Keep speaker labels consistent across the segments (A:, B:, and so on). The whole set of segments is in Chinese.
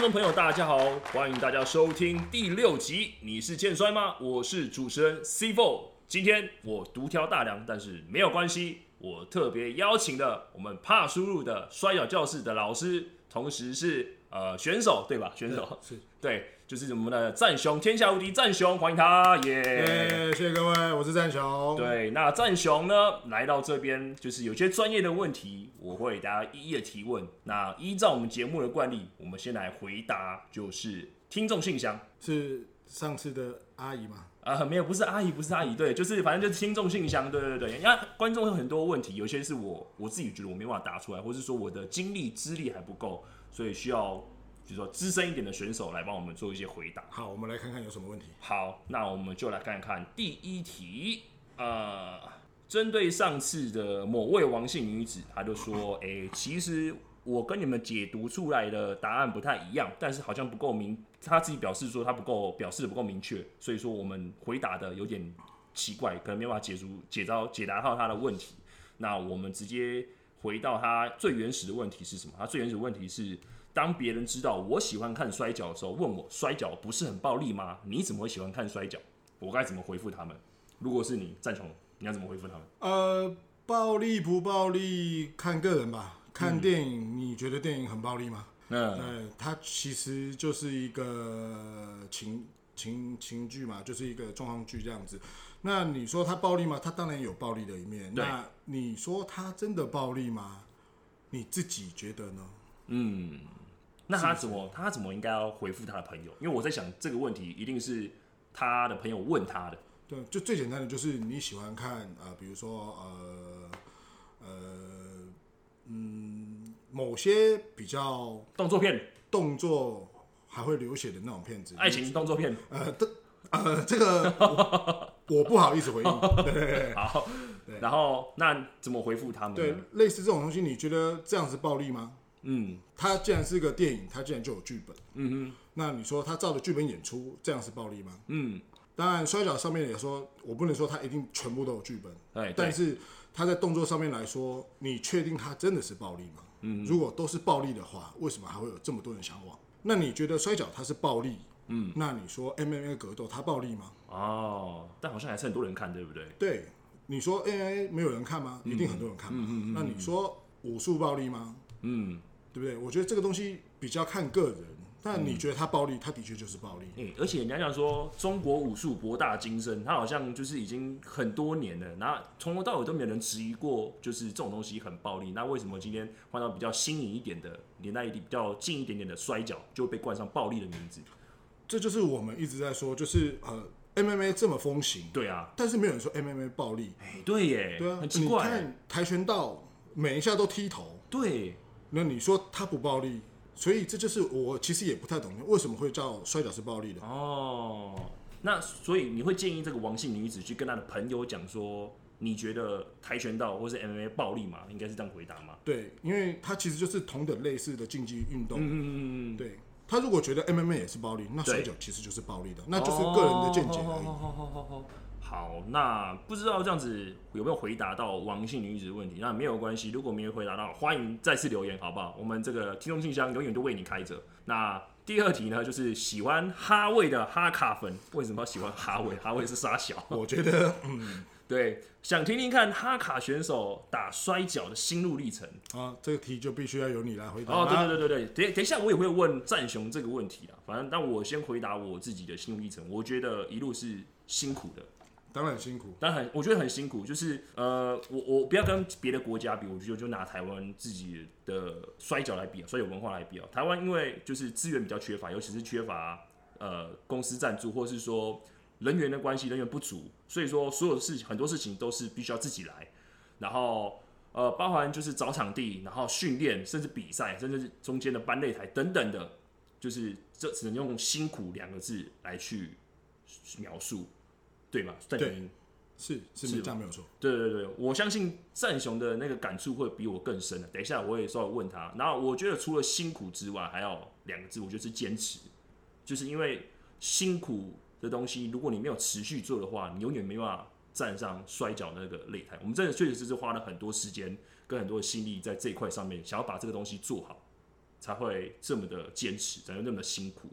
A: 众朋友，大家好，欢迎大家收听第六集。你是剑衰吗？我是主持人 C Four。今天我独挑大梁，但是没有关系，我特别邀请了我们怕输入的摔跤教室的老师，同时是呃选手，对吧？选手
B: 是，
A: 对，就是我们的战雄，天下无敌战雄，欢迎他，耶、
B: 耶，谢谢各位，我是战雄。，
A: 对，那战雄呢来到这边，就是有些专业的问题，我会大家一一的提问。那依照我们节目的惯例，我们先来回答，就是听众信箱
B: 是上次的阿姨嘛？
A: 啊、没有，不是阿姨，不是阿姨，对，就是反正就是听众信箱，对对对，因为观众有很多问题，有些是我我自己觉得我没办法答出来，或是说我的精力资历还不够，所以需要就是说资深一点的选手来帮我们做一些回答。
B: 好，我们来看看有什么问题。
A: 好，那我们就来看看第一题。呃，针对上次的某位王姓女子，她就说：“诶，其实我跟你们解读出来的答案不太一样，但是好像不够明。”她自己表示说她不够表示得不够明确，所以说我们回答的有点奇怪，可能没办法解除解到解答到她的问题。那我们直接回到她最原始的问题是什么？她最原始的问题是。当别人知道我喜欢看摔跤的时候，问我摔跤不是很暴力吗？你怎么会喜欢看摔跤？我该怎么回复他们？如果是你战雄，你要怎么回复他们？
B: 呃，暴力不暴力，看个人吧。看电影，你觉得电影很暴力吗？
A: 嗯，
B: 呃，它其实就是一个情情情剧嘛，就是一个状况剧这样子。那你说它暴力吗？它当然有暴力的一面。
A: 对
B: 那你说它真的暴力吗？你自己觉得呢？
A: 那他怎么他怎么应该要回复他的朋友？因为我在想这个问题一定是他的朋友问他的。
B: 对，就最简单的就是你喜欢看呃，比如说呃呃嗯，某些比较
A: 动作片、
B: 动作还会流血的那种片子，
A: 爱情动作片，
B: 呃这呃这个我我不好意思回应，对对对
A: 好，然后那怎么回复他们？
B: 对
A: 呢？，
B: 类似这种东西，你觉得这样是暴力吗？
A: 嗯
B: 它既然是个电影，它既然就有剧本，
A: 嗯哼
B: 那你说他照着剧本演出，这样是暴力吗？
A: 嗯，
B: 当然，摔跤上面也说，我不能说他一定全部都有剧本，
A: 哎对
B: 但是他在动作上面来说，你确定他真的是暴力吗？嗯，如果都是暴力的话，为什么还会有这么多人向往？那你觉得摔跤它是暴力？嗯，那你说 MMA 格斗它暴力吗？
A: 哦，但好像还是很多人看，对不对？
B: 对，你说 MMA 没有人看吗？一定很多人看嘛。那你说武术暴力吗？
A: 嗯，
B: 对不对？我觉得这个东西比较看个人。但你觉得它暴力，它的确就是暴力。
A: 欸，而且人家讲说中国武术博大精深，它好像就是已经很多年了，然后从头到尾都没有人质疑过，就是这种东西很暴力。那为什么今天换到比较新颖一点的，年代比较近一点点的摔跤，就被冠上暴力的名字？
B: 这就是我们一直在说，就是呃，MMA 这么风行，
A: 对啊，
B: 但是没有人说 MMA 暴力。
A: 哎、对耶，
B: 对啊，
A: 很奇
B: 你
A: 怪，
B: 看跆拳道每一下都踢头，
A: 对，
B: 那你说它不暴力？所以这就是我其实也不太懂为什么会叫摔跤是暴力的。
A: 哦，那所以你会建议这个王姓女子去跟她的朋友讲说，你觉得跆拳道或是 MMA 暴力吗？应该是这样回答吗？
B: 对，因为它其实就是同等类似的竞技运动。
A: 嗯嗯嗯嗯，
B: 对，他如果觉得 MMA 也是暴力，那
A: 对
B: 摔跤其实就是暴力的，那就是个人的见解而已。
A: 哦好好好好好好，那不知道这样子有没有回答到王姓女子的问题？那没有关系，如果没有回答到，欢迎再次留言，好不好？我们这个听众信箱永远都为你开着。那第二题呢，就是喜欢哈味的哈卡粉，为什么要喜欢哈味？哈味是沙小。
B: 我觉得，嗯
A: 对，想听听看哈卡选手打摔跤的心路历程。
B: 啊，这个题就必须要由你来回答
A: 哦，
B: 啦。
A: 对对对对对，等等一下我也会问战雄这个问题啊。反正，但我先回答我自己的心路历程。我觉得一路是辛苦的，
B: 当然辛苦。
A: 但很我觉得很辛苦，就是呃，我我不要跟别的国家比，我觉得就拿台湾自己的摔跤来比啊，摔跤文化来比啊。台湾因为就是资源比较缺乏，尤其是缺乏呃公司赞助，或是说人员的关系，人员不足，所以说所有事情很多事情都是必须要自己来，然后。呃，包含就是找场地，然后训练，甚至比赛，甚至是中间的搬擂台等等的，就是这只能用辛苦两个字来去描述，对吗？对
B: 对是是
A: 是
B: 这样没有错。
A: 对对对，我相信战雄的那个感触会比我更深的。等一下我也稍微问他。然后我觉得除了辛苦之外，还有两个字，我觉得是坚持。就是因为辛苦的东西，如果你没有持续做的话，你永远没办法站上摔跤那个擂台。我们真的确实是花了很多时间跟很多的心力在这一块上面，想要把这个东西做好。才会这么的坚持，才会那么辛苦。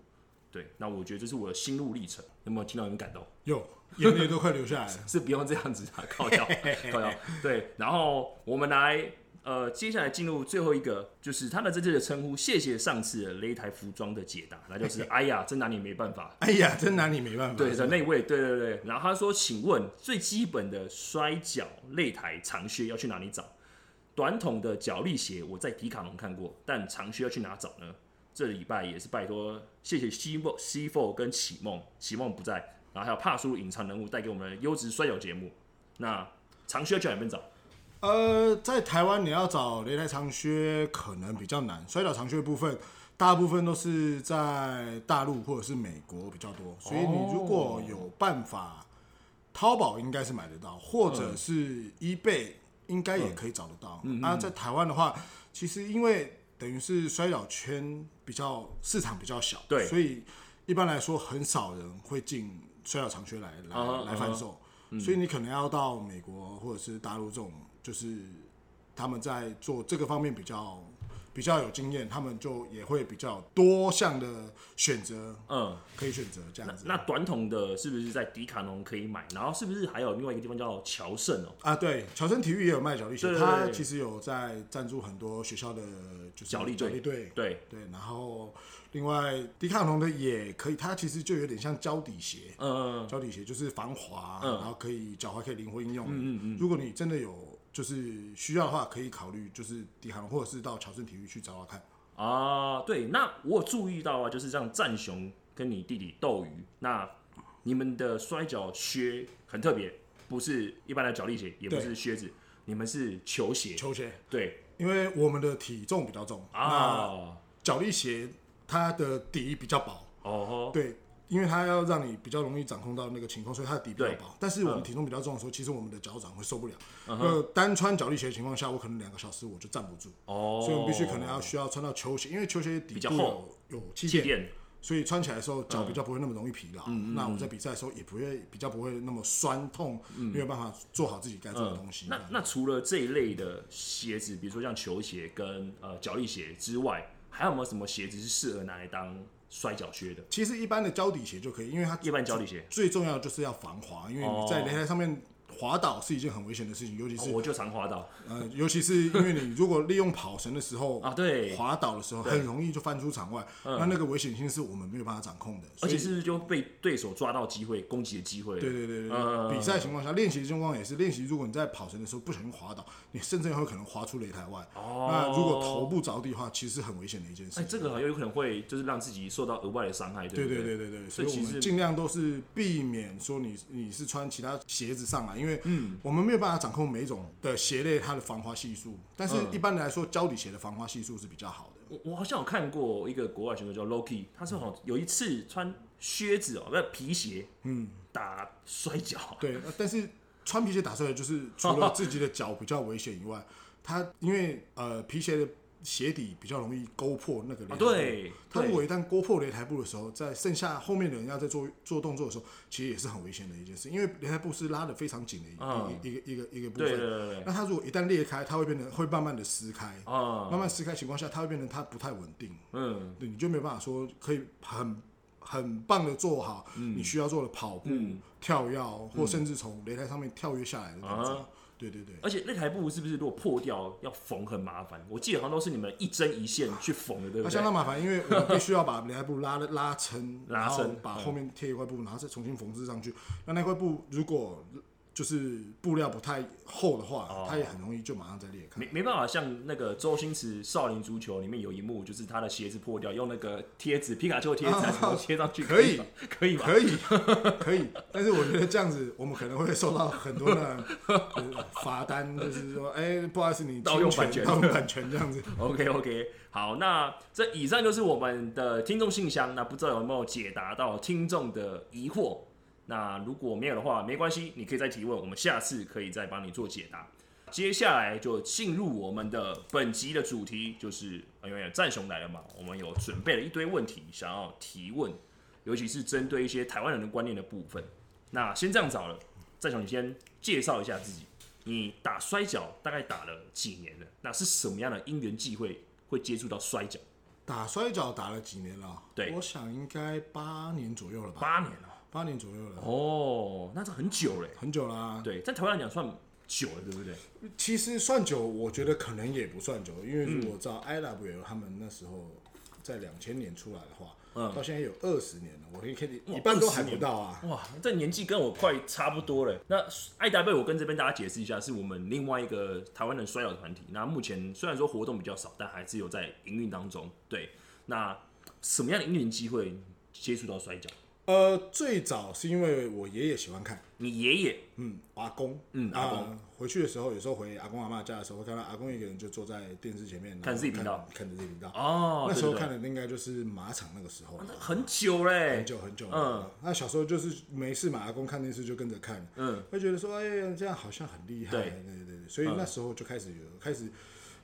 A: 对，那我觉得这是我的心路历程。那么听到很感动，
B: 有眼泪都快流下
A: 。
B: 来了
A: 是不用这样子啊，靠腰，靠腰。对，然后我们来呃，接下来进入最后一个，就是他的这次的称呼，谢谢上次的擂台服装的解答，那就是哎呀，真拿你没办法。
B: 哎呀，真拿你没办法。
A: 对的那位，对对对。然后他说，请问最基本的摔跤擂台长靴要去哪里找？短筒的脚力鞋我在迪卡侬看过，但长靴要去哪找呢？这礼拜也是拜托，谢谢西梦、西 f 跟启梦，启梦不在，然后还有帕叔隐藏人物带给我们的优质摔跤节目。那长靴要去哪边找？
B: 呃，在台湾你要找擂台长靴可能比较难，摔跤长靴的部分大部分都是在大陆或者是美国比较多，所以你如果有办法，淘宝应该是买得到，或者是 eBay 应该也可以找得到。啊，在台湾的话，其实因为等于是摔跤圈比较市场比较小，
A: 对
B: 所以一般来说很少人会进摔跤长靴来来、
A: 啊哈
B: 来贩售。嗯所以你可能要到美国或者是大陆这种，就是他们在做这个方面比较比较有经验，他们就也会比较多项的选择
A: 嗯，
B: 可以选择这样子。
A: 那短筒的是不是在迪卡侬可以买？然后是不是还有另外一个地方叫乔盛哦？
B: 啊，对，乔生体育也有卖脚力鞋
A: 对，对
B: 他
A: 对
B: 其实有在赞助很多学校的就是
A: 脚力队
B: 队。
A: 对，
B: 对，然后另外迪卡侬的也可以，它其实就有点像胶底鞋，
A: 嗯，
B: 胶底鞋就是防滑，啊
A: 嗯
B: 然后可以脚踝可以灵活应用。嗯嗯嗯。如果你真的有就是需要的话，可以考虑就是迪卡侬或者是到乔森体育去找找看。
A: 啊，对，那我有注意到啊，就是像战雄跟你弟弟斗鱼，那你们的摔跤靴很特别，不是一般的脚力鞋，也不
B: 对
A: 是靴子，你们是球鞋，
B: 球鞋，
A: 对
B: 因为我们的体重比较重，那
A: 啊，
B: 脚力鞋它的底比较薄，
A: 哦吼，
B: 对。因为它要让你比较容易掌控到那个情况，所以它的底比较
A: 对
B: 薄。但是我们体重比较重的时候，其实我们的脚掌会受不了。呃，单穿脚力鞋的情况下，我可能两个小时我就站不住，
A: 哦，
B: 所以我们必须可能要需要穿到球鞋，因为球鞋底
A: 较
B: 部
A: 厚
B: 有有气
A: 气
B: 垫，
A: 垫，
B: 所以穿起来的时候
A: 嗯
B: 脚比较不会那么容易疲劳。那我在比赛的时候也不会比较不会那么酸痛，没有办法做好自己该做的
A: 嗯
B: 东西。，
A: 那那除了这一类的鞋子，比如说像球鞋跟呃脚力鞋之外，还有没有什么鞋子是适合拿来当摔跤靴的？
B: 其实一般的胶底鞋就可以，因为它
A: 一般脚底鞋，
B: 最重要就是要防滑，因为你在擂台上面滑倒是一件很危险的事情，尤其
A: 哦
B: 是、
A: 我就常滑倒
B: 呃，尤其是因为你如果利用跑绳的时候
A: 啊，对，嗯
B: 滑倒的时候，很容易就翻出场外，那那个危险性是我们没有办法掌控的，
A: 而
B: 所以
A: 且是不是就被对手抓到机会攻击的机会？
B: 对对对对
A: 嗯嗯嗯
B: 对，比赛情况下，练习情况也是练习。如果你在跑绳的时候不小心滑倒，你甚至有可能滑出擂台外。
A: 哦
B: 那如果头部着地的话，其实是很危险的一件事
A: 哎，。这个好像有可能会就是让自己受到额外的伤害，
B: 对
A: 不
B: 对
A: 对
B: 对对对，
A: 所
B: 所
A: 以
B: 以
A: 其
B: 我
A: 实
B: 们尽量都是避免说你你是穿其他鞋子上来，因为
A: 嗯
B: 我们没有办法掌控每一种的鞋类它的防滑系数，但
A: 嗯
B: 是一般来说胶底鞋的防滑系数是比较好的。
A: 我我好像有看过一个国外选手叫 Loki，他是好像有一次穿靴子哦，不是皮鞋，嗯，打摔跤，啊
B: 对，呃但是穿皮鞋打出来就是除了自己的脚比较危险以外，它因为呃皮鞋的鞋底比较容易勾破那个
A: 啊，
B: 脸。
A: 对，
B: 他如
A: 对
B: 果一旦勾破擂台布的时候，在剩下后面的人要在做做动作的时候，其实也是很危险的一件事，因为擂台布是拉的非常紧的一、
A: 嗯
B: 一个一个一个一个部
A: 对对
B: 分。
A: 对对，
B: 那它如果一旦裂开，它会变得会慢慢的撕开，
A: 啊，
B: 慢慢撕开情况下，它会变成它不太稳定，
A: 嗯，
B: 对你就没办法说可以很很棒的做好
A: 嗯
B: 你需要做的跑步、跳跃，或甚至从擂台上面跳跃下来的动作。
A: 啊
B: 对对对，
A: 而且那台布是不是如果破掉要缝很麻烦？我记得好像都是你们一针一线去缝的，对不
B: 它
A: 对，
B: 相？当麻烦，因为我们必须要把雷布拉拉撑
A: 拉
B: 然后
A: 伸
B: 把
A: 嗯
B: 后面贴一块布，然后再重新缝制上去。那那块布如果就是布料不太厚的话，
A: 哦
B: 它也很容易就马上再裂开
A: 没。没办法，像那个周星驰《少林足球》里面有一幕，就是他的鞋子破掉，用那个贴纸皮卡丘的 贴纸啊什么贴上去，
B: 可以
A: 吧可以吧？
B: 可以， 可以，但是我觉得这样子，我们可能会受到很多的 呃罚单，就是说，哎、不好意思，你
A: 盗用
B: 侵
A: 版权
B: 盗用版权这样子。
A: OK OK，好，那这以上就是我们的听众信箱。那不知道有没有解答到听众的疑惑？那如果没有的话，没关系，你可以再提问，我们下次可以再帮你做解答。接下来就进入我们的本集的主题，就是呃因为战雄来了嘛，我们有准备了一堆问题想要提问，尤其是针对一些台湾人的观念的部分。那先这样找了，战雄，你先介绍一下自己。你打摔跤大概打了几年了？那是什么样的因缘际会会接触到摔跤？
B: 打摔跤打了几年了？
A: 对
B: 我想应该八年左右了吧，
A: 八年了、
B: 八年左右了，
A: 哦，那这很久嘞。
B: 很久啦。
A: 对，在台湾来讲算久了，对不对？
B: 其实算久，我觉得可能也不算久，因为如
A: 嗯
B: 果照 I W L 他们那时候在两千年出来的话，
A: 嗯
B: 到现在有二十年了，我可以看
A: 哇
B: 一半都还
A: 20
B: 不
A: 年
B: 到啊。
A: 哇，这年纪跟我快差不多了。那艾达贝，我跟这边大家解释一下，是我们另外一个台湾的摔跤团体。那目前虽然说活动比较少，但还是有在营运当中。对，那什么样的因缘机会接触到摔跤？
B: 呃，最早是因为我爷爷喜欢看，
A: 你爷爷
B: 嗯，我阿公，
A: 嗯阿公
B: 啊，回去的时候有时候回阿公阿妈家的时候，会看到阿公一个人就坐在电视前面
A: 看自己频道，
B: 看着自己频道。
A: 哦，
B: 那时候
A: 对哦
B: 看
A: 对
B: 的应该就是马场那个时候了
A: 对，很久嘞，
B: 很久很久了。那小时候就是没事嘛，阿公看电视就跟着看，
A: 嗯，
B: 会觉得说，哎、这样好像很厉害，
A: 对嗯
B: 对对对，所以那时候就开始有、开始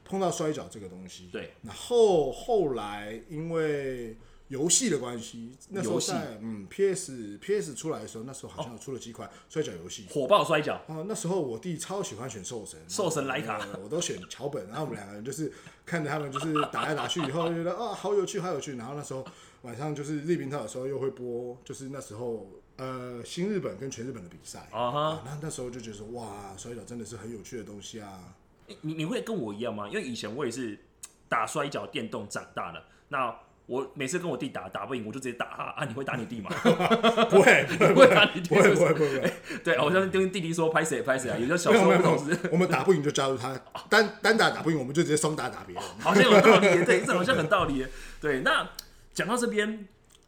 B: 碰到摔跤这个东西。
A: 对，
B: 然后后来因为游戏的关系，那时候
A: 游戏哦
B: 在嗯 PS PS 出来的时候，那时候好像有出了几款摔跤游戏。
A: 火爆摔跤，
B: 哦，那时候我弟超喜欢选兽神，
A: 兽神莱卡
B: 呃我都选桥本，然后我们两个人就是看着他们就是打来打去，以后就觉得啊、好有趣，好有趣。然后那时候晚上就是日平套的时候又会播，就是那时候呃新日本跟全日本的比赛
A: 啊哈
B: 啊那那时候就觉得说哇，摔跤真的是很有趣的东西啊。
A: 你你你会跟我一样吗？因为以前我也是打摔跤电动长大的。那我每次跟我弟打打不赢，我就直接打他啊！你会打你 弟吗？
B: 不会不
A: 你会打你弟
B: 会不
A: 是
B: 会
A: 不是？
B: 不会不会，不会
A: 对，哦我像跟弟弟说拍谁拍谁啊，有时候小
B: 没
A: 时
B: 有
A: 候
B: 没有
A: 不懂
B: 没
A: 事
B: 有，，我们打不赢就加入他，单单打打不赢我们就直接双打打别人。
A: 好像有道理耶，对，这好像很道理耶。对，那讲到这边，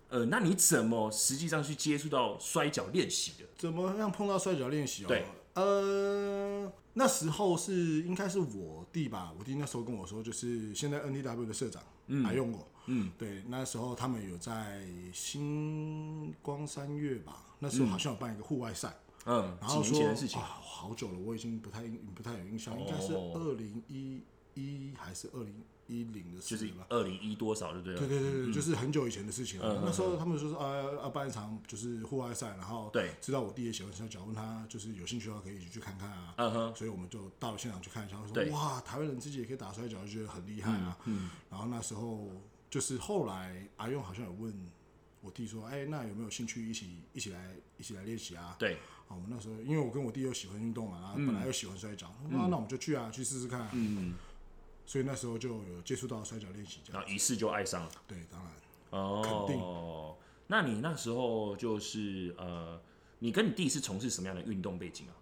A: 呃，那你怎么实际上去接触到摔跤练习的？
B: 怎么样碰到摔跤练习哦？
A: 对，
B: 呃，那时候是应该是我弟吧，我弟那时候跟我说，就是现在 NTW 的社长还用我，嗯，对，那时候他们有在星光三月吧，那时候好像有办一个户外赛，
A: 嗯，
B: 然
A: 几
B: 后
A: 年
B: 说
A: 前的事情
B: 啊，好久了，我已经不太不太有印象，应该是
A: 哦
B: 二零一一还是二零一零的
A: 就
B: 事
A: 是
B: 情吧。
A: 二零一多少，对不对？
B: 对对
A: 嗯
B: 对对，就是很久以前的事情了。那时候他们就是呃呃办一场就是户外赛，然后
A: 对
B: 知道我弟也喜欢摔跤，问他就是有兴趣的话可以一起去看看啊。
A: 嗯哼，
B: 所以我们就到了现场去看一下，他
A: 对
B: 说哇，台湾人自己也可以打摔跤，就觉得很厉害啊。嗯，然后那时候就是后来阿用好像有问我弟说，哎，那有没有兴趣一起一起来一起来练习啊？
A: 对，嗯
B: 啊，我们那时候因为我跟我弟又喜欢运动嘛，然后本来又喜欢摔跤，那那我们就去啊，去试试看啊。嗯，所以那时候就有接触到摔跤练习这
A: 然
B: 样。
A: 后一试就爱上了。
B: 对，当然。肯定
A: 哦，那你那时候就是呃，你跟你弟是从事什么样的运动背景啊？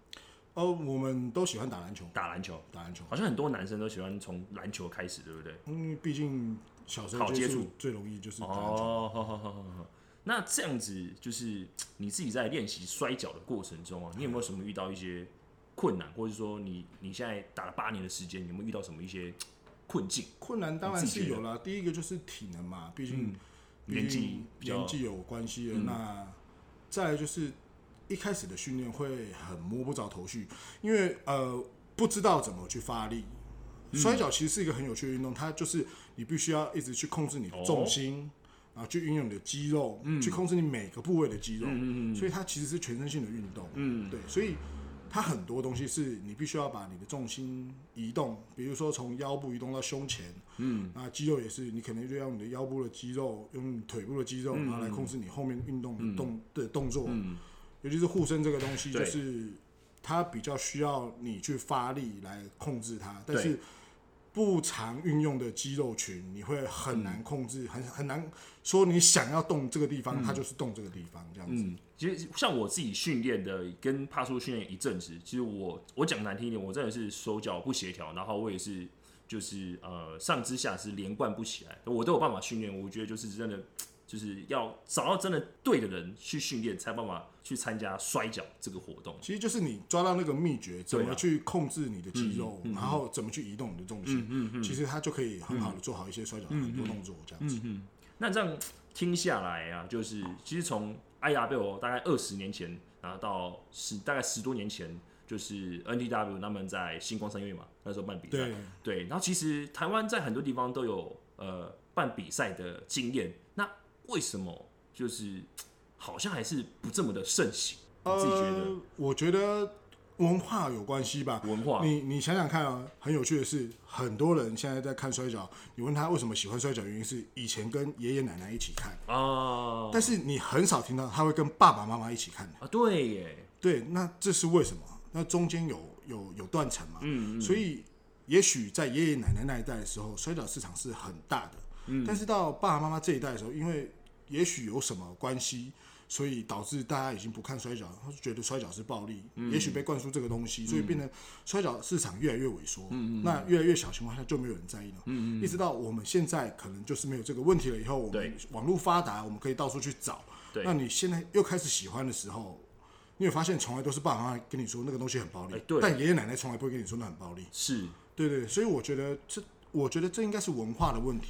B: 哦，我们都喜欢打篮球，
A: 打篮球，
B: 打篮球，
A: 好像很多男生都喜欢从篮球开始，对不对？
B: 因为毕竟小时候
A: 好接
B: 接
A: 触
B: 最容易就是打篮球。
A: 哦，好好好好好。那这样子就是你自己在练习摔跤的过程中啊，你有没有什么遇到一些困难，或者说你你现在打了八年的时间，你有没有遇到什么一些困境？
B: 困难当
A: 你
B: 然
A: 自己
B: 是
A: 觉得嗯
B: 有啦，第一个就是体能嘛，毕竟、毕
A: 年
B: 竟
A: 纪比较嗯
B: 年纪有关系了。那再来就是一开始的训练会很摸不着头绪，因为呃不知道怎么去发力。摔跤其实是一个很有趣的运动，它就是你必须要一直去控制你的重心，然后去运用你的肌肉，去控制你每个部位的肌肉，所以它其实是全身性的运动。嗯，对，所以它很多东西是你必须要把你的重心移动，比如说从腰部移动到胸前，嗯，那肌肉也是，你可能就要用你的腰部的肌肉，用你腿部的肌肉，然后来控制你后面运动的动的动作，尤其是护身这个东西，
A: 对
B: 就是它比较需要你去发力来控制它，但
A: 对
B: 是不常运用的肌肉群，你会很难控制，
A: 嗯
B: 很很难说你想要动这个地方，它就是动这个地方这样子。
A: 嗯，其实像我自己训练的，跟帕叔训练一阵子，其实我我讲难听一点，我真的是手脚不协调，然后我也是就是呃上肢下肢连贯不起来，我都有办法训练。我觉得就是真的就是要找到真的对的人去训练，才有办法去参加摔跤这个活动。
B: 其实就是你抓到那个秘诀，怎
A: 对啊嗯
B: 么去控制你的肌肉，然后怎么去移动你的重心，其实它就可以很好
A: 嗯
B: 的做好一些摔跤的很多动作这样子。
A: 那这样听下来啊，就是其实从艾达贝尔大概二十年前，然后到十大概十多年前，就是 NTW 他们在星光三月嘛，那时候办比赛
B: 对，
A: 对，然后其实台湾在很多地方都有呃办比赛的经验，那为什么就是好像还是不这么的盛行？你自己觉得？
B: 呃，我觉得文化有关系吧？
A: 文化
B: 你你想想看啊，很有趣的是，很多人现在在看摔跤，你问他为什么喜欢摔跤，原因是以前跟爷爷奶奶一起看，
A: 啊
B: 但是你很少听到他会跟爸爸妈妈一起看的。
A: 啊，对耶，
B: 对，那这是为什么？那中间有有有断层嘛？嗯所以也许在爷爷奶奶那一代的时候，摔跤市场是很大的。嗯。但是到爸爸妈妈这一代的时候，因为也许有什么关系，所以导致大家已经不看摔跤，他就觉得摔跤是暴力。嗯。也许被灌输这个东西，所以变成摔跤市场越来越萎缩。嗯那越来越小情况下就没有人在意了。嗯一直到我们现在可能就是没有这个问题了，以后我
A: 对
B: 们网络发达，我们可以到处去找。
A: 对
B: 那你现在又开始喜欢的时候，你有发现从来都是爸爸妈妈跟你说那个东西很暴力，
A: 哎对
B: 但爷爷奶奶从来不会跟你说那很暴力。
A: 是，
B: 对对，所以我觉得这，我觉得这应该是文化的问题。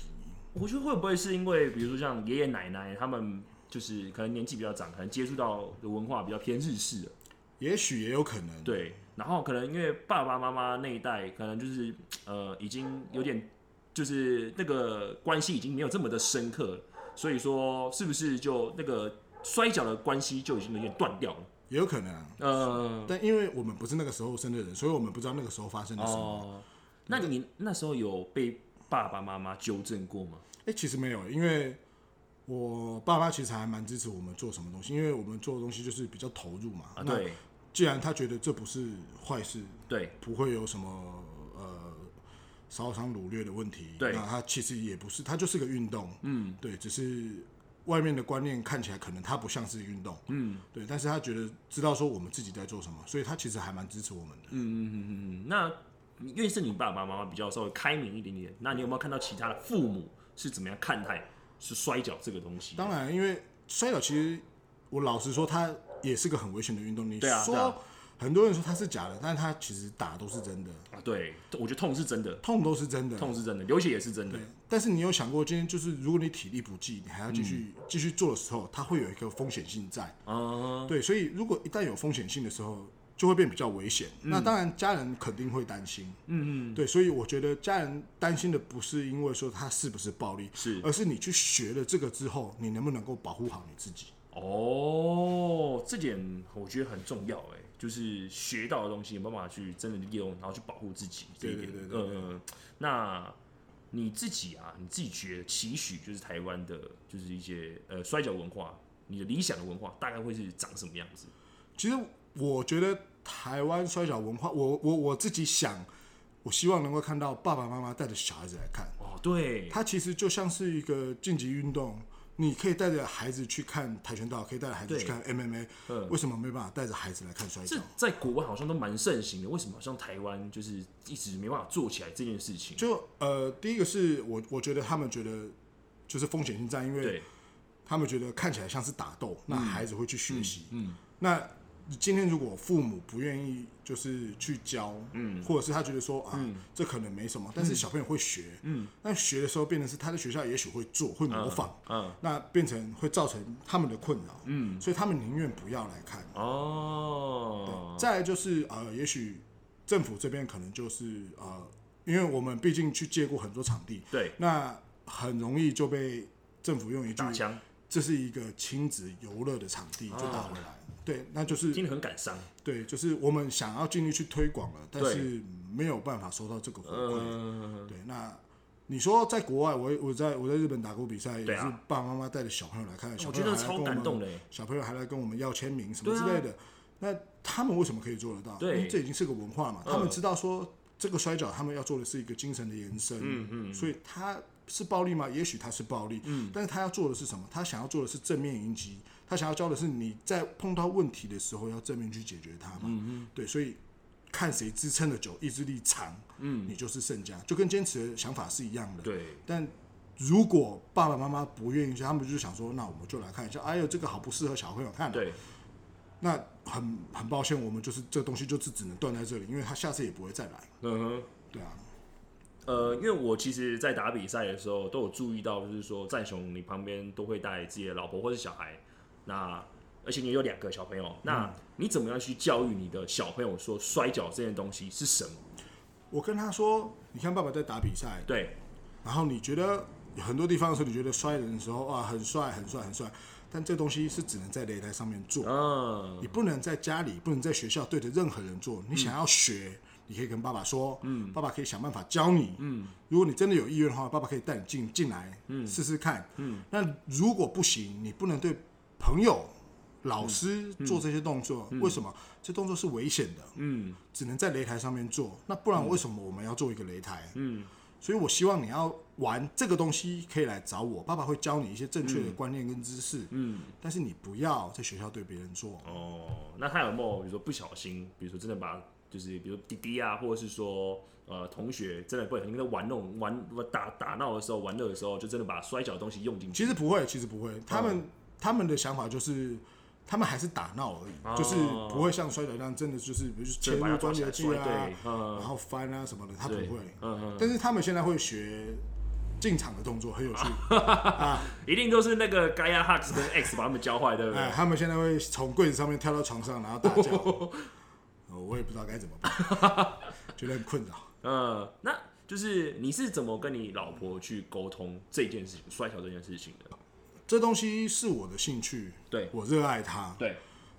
A: 我觉得会不会是因为，比如说像爷爷奶奶他们，就是可能年纪比较长，可能接触到的文化比较偏日式了，
B: 也许也有可能，
A: 对。然后可能因为爸爸妈妈那一代，可能就是呃，已经有点就是那个关系已经没有这么的深刻了，所以说是不是就那个摔跤的关系就已经有点断掉了？
B: 也有可能、啊。
A: 呃，
B: 但因为我们不是那个时候生的人，所以我们不知道那个时候发生了什么。
A: 哦，那你那时候有被爸爸妈妈纠正过吗？
B: 哎、其实没有，因为我爸妈其实还蛮支持我们做什么东西，因为我们做的东西就是比较投入嘛。
A: 啊，
B: 那
A: 对
B: 既然他觉得这不是坏事，
A: 对，
B: 不会有什么呃烧伤掳掠的问题。
A: 对
B: 那它其实也不是，它就是个运动。嗯，对，只是外面的观念看起来可能它不像是运动。嗯，对，但是他觉得知道说我们自己在做什么，所以他其实还蛮支持我们的。
A: 嗯，那因为是你爸爸妈妈比较稍微开明一点点，那你有没有看到其他的父母是怎么样看待是摔跤这个东西？
B: 当然，因为摔跤其实我老实说，它也是个很危险的运动。你
A: 对啊
B: 说、
A: 对啊
B: 很多人说它是假的，但是它其实打都是真的，
A: 啊，对，我觉得痛是真的，
B: 痛都是真的。
A: 痛是真的，流血也是真的
B: 对，但是你有想过，今天就是如果你体力不济，你还要继续、继续做的时候，它会有一个风险性在。
A: 啊，
B: 对，所以如果一旦有风险性的时候，就会变比较危险。那当然，家人肯定会担心。嗯嗯，对，所以我觉得家人担心的不是因为说他是不是暴力，
A: 是
B: 而是你去学了这个之后，你能不能够保护好你自己。
A: 哦，这点我觉得很重要哎，就是学到的东西有没有办法去真的利用，然后去保护自己这一点。
B: 对对对对
A: 呃，那你自己啊，你自己觉得期许就是台湾的，就是一些呃摔跤文化，你的理想的文化大概会是长什么样子？
B: 其实我觉得台湾摔跤文化，我我我自己想，我希望能够看到爸爸妈妈带着小孩子来看，
A: 哦，对，
B: 它其实就像是一个竞技运动。你可以带着孩子去看跆拳道，可以带着孩子去
A: 对
B: 看 MMA，
A: 嗯
B: 为什么没办法带着孩子来看摔跤
A: 这？在国外好像都蛮盛行的，为什么好像台湾就是一直没办法做起来这件事情？
B: 就呃，第一个是我我觉得他们觉得就是风险性战，因为
A: 对，
B: 他们觉得看起来像是打斗，那孩子会去学习、嗯。那今天如果父母不愿意就是去教，嗯，或者是他觉得说啊、这可能没什么，但是小朋友会学，嗯，那学的时候变成是他在学校也许会做，会模仿，
A: 嗯，
B: 那变成会造成他们的困扰，嗯，所以他们宁愿不要来看。
A: 嗯哦，
B: 再来就是呃，也许政府这边可能就是呃，因为我们毕竟去借过很多场地，
A: 对，
B: 那很容易就被政府用一句
A: 打枪，
B: “这是一个亲子游乐的场地”就打回来。
A: 哦
B: 对，那就是
A: 听得很感伤。
B: 对，就是我们想要尽力去推广了，但
A: 对
B: 是没有办法收到这个回馈。
A: 嗯、
B: 对，那你说在国外，我我在我在日本打过比赛，也
A: 对
B: 是
A: 啊
B: 爸爸妈妈带着小朋友来看，小
A: 我
B: 朋
A: 觉
B: 友
A: 得
B: 还来
A: 超
B: 跟我
A: 感
B: 们
A: 动的欸。
B: 小朋友还来跟我们要签名什么
A: 对
B: 之
A: 啊
B: 类的。那他们为什么可以做得到？
A: 对
B: 因为这已经是个文化嘛，
A: 嗯
B: 他们知道说这个摔跤，他们要做的是一个精神的延伸。嗯嗯，所以他是暴力吗？也许他是暴力，嗯，但是他要做的是什么？他想要做的是正面迎击，他想要教的是你在碰到问题的时候要正面去解决它嘛。嗯对，所以看谁支撑的久，意志力长，嗯，你就是胜家，就跟坚持的想法是一样的。
A: 对，
B: 但如果爸爸妈妈不愿意，他们就想说，那我们就来看一下，哎呦，这个好不适合小朋友看。
A: 对，
B: 那很很抱歉，我们就是这东西就是只能断在这里，因为他下次也不会再来。
A: 嗯哼。
B: 对啊，
A: 呃，因为我其实，在打比赛的时候都有注意到，就是说战雄你旁边都会带自己的老婆或是小孩，那而且你有两个小朋友，那你怎么样去教育你的小朋友说摔跤这件东西是什么？
B: 我跟他说，你看爸爸在打比赛，
A: 对，
B: 然后你觉得有很多地方的时候，你觉得摔人的时候啊，很帅，很帅，很帅。但这东西是只能在擂台上面做，
A: 嗯，
B: 你不能在家里，不能在学校对着任何人做。你想要学，你可以跟爸爸说，嗯，爸爸可以想办法教你，嗯，如果你真的有意愿的话，爸爸可以带你进进来，嗯，试试看，嗯。那如果不行，你不能对朋友、老师做这些动作，为什么？这动作是危险的，
A: 嗯，
B: 只能在擂台上面做。那不然为什么我们要做一个擂台？
A: 嗯，
B: 所以我希望你要玩这个东西，可以来找我，爸爸会教你一些正确的观念跟知识，
A: 嗯，
B: 但是你不要在学校对别人做。
A: 哦，那他有没有比如说不小心，比如说真的把就是比如弟弟啊，或者是说呃同学真的不小心在玩那种玩打打闹的时候，玩乐的时候，就真的把摔跤的东西用进去？
B: 其实不会，其实不会，他
A: 哦
B: 们、他们的想法就是。他们还是打闹而已，
A: 哦
B: 就是不会像摔跤一样，真的就是比如说切
A: 真的把
B: 入
A: 它抓
B: 关
A: 起来
B: 节
A: 摔
B: 去啊
A: 对，，嗯
B: 然后翻啊什么的，他不
A: 对
B: 会。
A: 嗯嗯，
B: 但是他们现在会学进场的动作，很有趣。
A: 啊一定都是那个 Gaia Hux 跟 X 把他们教坏，对不
B: 哎
A: 对，？
B: 他们现在会从柜子上面跳到床上，然后大 叫。呃我也不知道该怎么办，觉得很困扰。
A: 嗯，那就是你是怎么跟你老婆去沟通这件事情，摔跤这件事情的？
B: 这东西是我的兴趣，
A: 对
B: 我热爱它。
A: 对，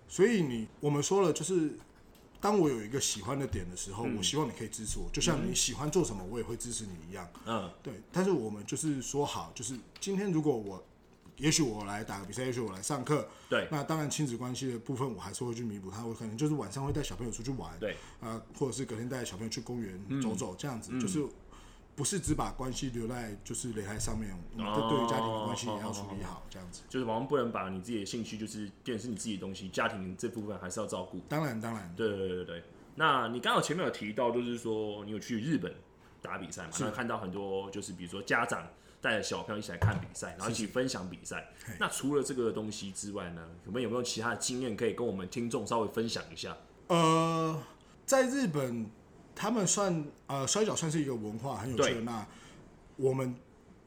B: 所以你我们说了，就是当我有一个喜欢的点的时候，我希望你可以支持我，就像你喜欢做什么，我也会支持你一样。
A: 嗯
B: 对，但是我们就是说好，就是今天如果我，也许我来打个比赛，也许我来上课，
A: 对
B: 那当然亲子关系的部分我还是会去弥补它，我可能就是晚上会带小朋友出去玩，
A: 对，
B: 啊、或者是隔天带小朋友去公园走走，这样子、就是。不是只把关系留在就是擂台上面，我们对对于家庭的关系也要处理好，这样子。
A: 就是好像不能把你自己的兴趣，就是变成是你自己的东西，家庭这部分还是要照顾。
B: 当然，当然，
A: 对对对对对。那你刚好前面有提到，就是说你有去日本打比赛嘛？那看到很多就是比如说家长带着小朋友一起来看比赛，然后一起分享比赛
B: 嘿。
A: 那除了这个东西之外呢，有没有有没有其他的经验可以跟我们听众稍微分享一下？
B: 呃，在日本，他们算呃摔跤算是一个文化，很有趣
A: 对
B: 的。那我们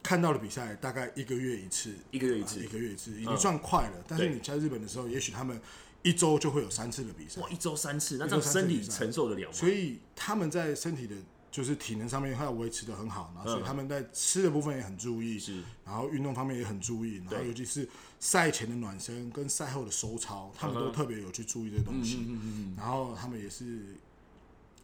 B: 看到的比赛大概一个月一次，
A: 一个月一
B: 啊
A: 次嗯
B: 一，个月一次，已经算快了。但是
A: 对
B: 你在日本的时候，也许他们一周就会有三次的比赛
A: 哦哇，，一周三次，那这
B: 一
A: 样
B: 周三
A: 身
B: 次
A: 体
B: 以上
A: 承受得了吗？
B: 所以他们在身体的。就是体能上面要维持的很好，然后所以他们在吃的部分也很注意，
A: 是
B: 然后运动方面也很注意，然后
A: 对
B: 尤其是赛前的暖身跟赛后的收操，他们都特别有去注意这东西。然后他们也是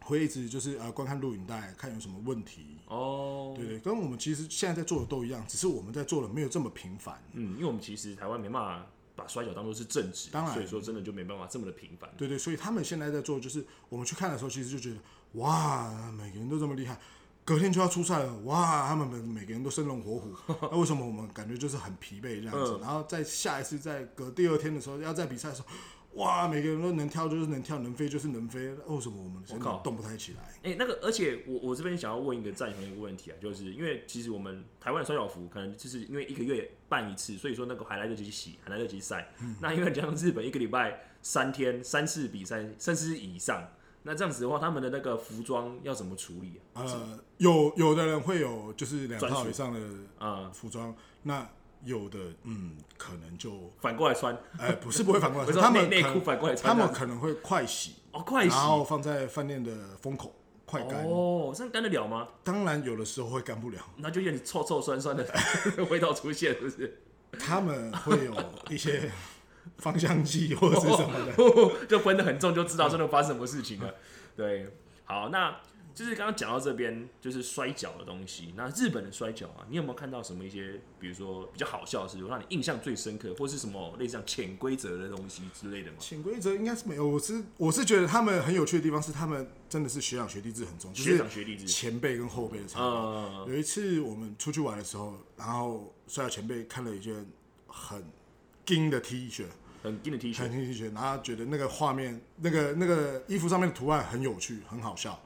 B: 会一直就是呃观看录影带，看有什么问题。
A: 哦，
B: 对对，跟我们其实现在在做的都一样，只是我们在做的没有这么频繁。
A: 嗯，因为我们其实台湾没办法把摔跤当做是正职，
B: 当然
A: 所以说真的就没办法这么的频繁。
B: 对对，所以他们现在在做的就是我们去看的时候，其实就觉得哇，每个人都这么厉害。隔天就要出赛了，哇！他们每每个人都生龙活虎， 那为什么我们感觉就是很疲惫这样
A: 嗯
B: 子？然后在下一次在隔第二天的时候，要在比赛的时候，哇！每个人都能跳就是能跳，能飞就是能飞，那为什么我们的身体
A: 靠
B: 动不太起来？
A: 哎、那个，而且我我这边想要问一个战友一个问题啊，就是因为其实我们台湾的摔跤服可能就是因为一个月办一次，所以说那个还来得及洗，还来得及晒。
B: 嗯
A: 那因为像日本一个礼拜三天三次比赛，甚至以上，那这样子的话，他们的那个服装要怎么处理啊？
B: 呃，有有的人会有就是两
A: 专
B: 套
A: 属
B: 以上的
A: 啊
B: 服装，那有的嗯，可能就
A: 反过来穿，
B: 呃不是不会 反过来
A: 我说
B: 穿，他们
A: 内内
B: 可
A: 裤反过来穿
B: 他
A: 这
B: 们
A: 样
B: 可能会快洗，
A: 哦，快洗
B: 然后放在饭店的风口快干。
A: 哦，这样干得了吗？
B: 当然有的时候会干不了，
A: 那就有点臭臭酸酸的 味道出现，是不是？
B: 他们会有一些芳香剂或者是什么的。
A: 就分得很重，就知道真的发生什么事情了。对，好，那就是刚刚讲到这边，就是摔跤的东西。那日本的摔跤啊，你有没有看到什么一些，比如说比较好笑的事，情，让你印象最深刻，或是什么类似像潜规则的东西之类的吗？
B: 潜规则应该是没有，我是我是觉得他们很有趣的地方是，他们真的是学长学弟制很重，就
A: 学
B: 是
A: 长学弟制，
B: 前辈跟后辈的差别。
A: 嗯，
B: 有一次我们出去玩的时候，然后摔跤前辈看了一件很硬的 T 恤，
A: 很硬的 T
B: 很
A: 恤，
B: 硬的 T 恤，然后他觉得那个画面、那个那个衣服上面的图案很有趣，很好笑，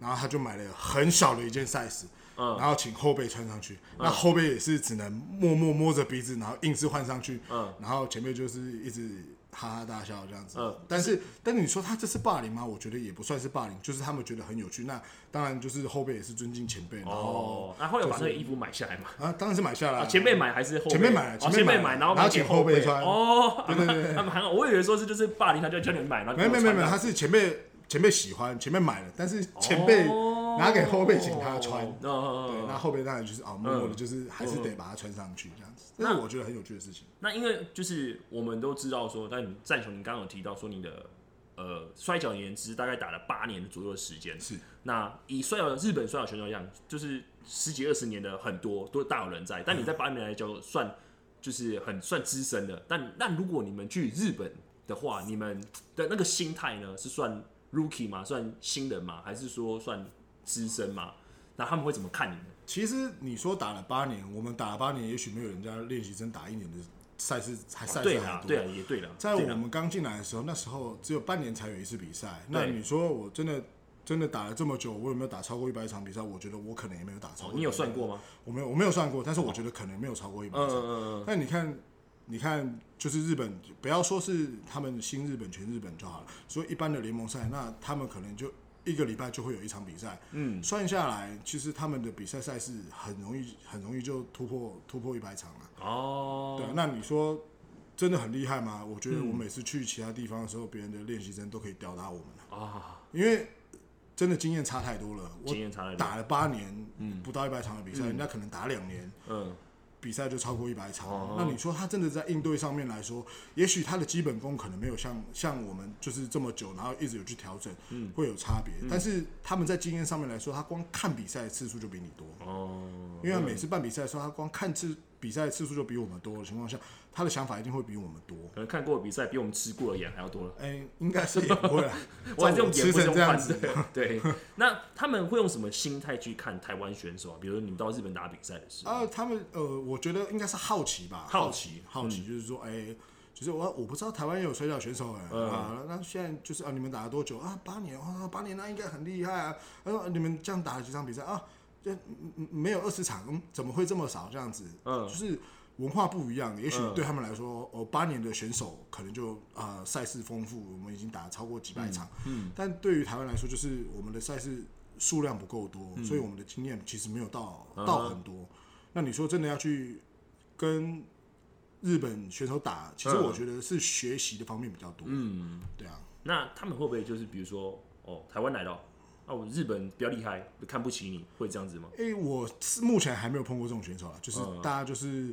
B: 然后他就买了很小的一件 size，、
A: 嗯
B: 然后请后辈穿上去，那后辈也是只能默默摸着鼻子，然后硬是换上去，
A: 嗯
B: 然后前辈就是一直。哈哈大笑这样子，
A: 嗯
B: 但是但是你说他这是霸凌吗？我觉得也不算是霸凌，就是他们觉得很有趣。那当然就是后辈也是尊敬前辈，然后
A: 哦，然后有把那个衣服买下来嘛？
B: 啊，当然是买下来、
A: 啊，前辈买还是后辈？
B: 前辈买
A: 哦
B: 前辈
A: 前辈
B: 买
A: 买，然后
B: 然后
A: 买给
B: 请后辈
A: 辈
B: 穿
A: 哦，
B: 对对对
A: 他们还好，我以为说是就是霸凌他就叫你买，然后
B: 没有没有没有没有，
A: 他
B: 他是前辈前辈喜欢，前辈买了，但是前辈
A: 哦嗯
B: 拿给后辈请他穿。对，那
A: 那
B: 后辈当然就是啊，默默的，就是还是得把它穿上去这样子。这是
A: 那
B: 我觉得很有趣的事情。
A: 那因为就是我们都知道说，但你战雄，你刚刚有提到说你的呃摔跤年资大概打了八年左右的时间，
B: 是
A: 那以摔跤日本摔跤选手来讲，就是十几二十年的很多都大有人在，但你在八年来讲算就是很算资深的。但那如果你们去日本的话，你们的那个心态呢是算 rookie 吗？算新人吗？还是说算资深吗？那他们会怎么看你们？
B: 其实你说打了八年，我们打了八年，也许没有人家练习生打一年的赛事还赛
A: 对
B: 事还
A: 啦，
B: 多。
A: 对啦，啊也对啦。
B: 在我
A: 对啦
B: 们刚进来的时候，那时候只有半年才有一次比赛。那
A: 对
B: 你说我真的真的打了这么久，我有没有打超过一百场比赛？我觉得我可能也没有打超过、
A: 哦你有算？过吗？
B: 我没有，我没有算过，但是我觉得可能没有超过一百
A: 嗯
B: 场。
A: 嗯嗯嗯，
B: 那你看，你看，就是日本，不要说是他们新日本、全日本就好了，所以一般的联盟赛，那他们可能就一个礼拜就会有一场比赛，
A: 嗯，
B: 算下来，其实他们的比赛赛事很容易，很容易就突破突破一百场了。对啊
A: 哦，，
B: 那你说真的很厉害吗？我觉得
A: 嗯
B: 我每次去其他地方的时候，别人的练习生都可以吊打我们了，
A: 啊，
B: 因为真的经验差太多了。
A: 经
B: 我
A: 验差嗯了点，
B: 打了八年，不到一百场的比赛，人家可能打两年。
A: 嗯，
B: 比赛就超过一百场。
A: 哦
B: 那你说他真的在应对上面来说，也许他的基本功可能没有像像我们就是这么久，然后一直有去调整，
A: 嗯
B: 会有差别。但是他们在经验上面来说，他光看比赛的次数就比你多，
A: 哦，
B: 因为他每次办比赛的时候，他光看次比赛的次数就比我们多的情况下，他的想法一定会比我们多。
A: 可能看过的比赛比我们吃过的盐还要多 了。，
B: 哎、应该是也不会啦
A: 我还是用
B: 吃
A: 眼不是用
B: 成这样
A: 饭
B: 子，
A: 的。 对，那他们会用什么心态去看台湾选手啊？比如说你们到日本打比赛的时候，
B: 啊，他们呃，我觉得应该是好奇吧，
A: 好嗯
B: 好
A: 奇
B: 好奇就是说，哎、就是我我不知道台湾也有摔跤选手哎、
A: 嗯
B: 啊，那现在就是啊，你们打了多久啊？八年啊，八年那应该很厉害啊。他说、啊、你们这样打了几场比赛啊？这嗯嗯没有二十场，嗯，怎么会这么少这样子？
A: 嗯
B: 就是文化不一样，也许
A: 嗯
B: 对他们来说，哦，八年的选手可能就啊赛事丰富，我们已经打了超过几百场，嗯，但对于台湾来说，就是我们的赛事数量不够多，所以我们的经验其实没有到
A: 嗯嗯哼
B: 到很多。那你说真的要去跟日本选手打，其实
A: 嗯
B: 我觉得是学习的方面比较多，
A: 嗯，
B: 对啊，
A: 那他们会不会就是比如说，哦，台湾来了，那、我日本比较厉害，看不起你，会这样子吗？
B: 哎、我是目前还没有碰过这种选手啦，就是
A: 嗯
B: 大家就是、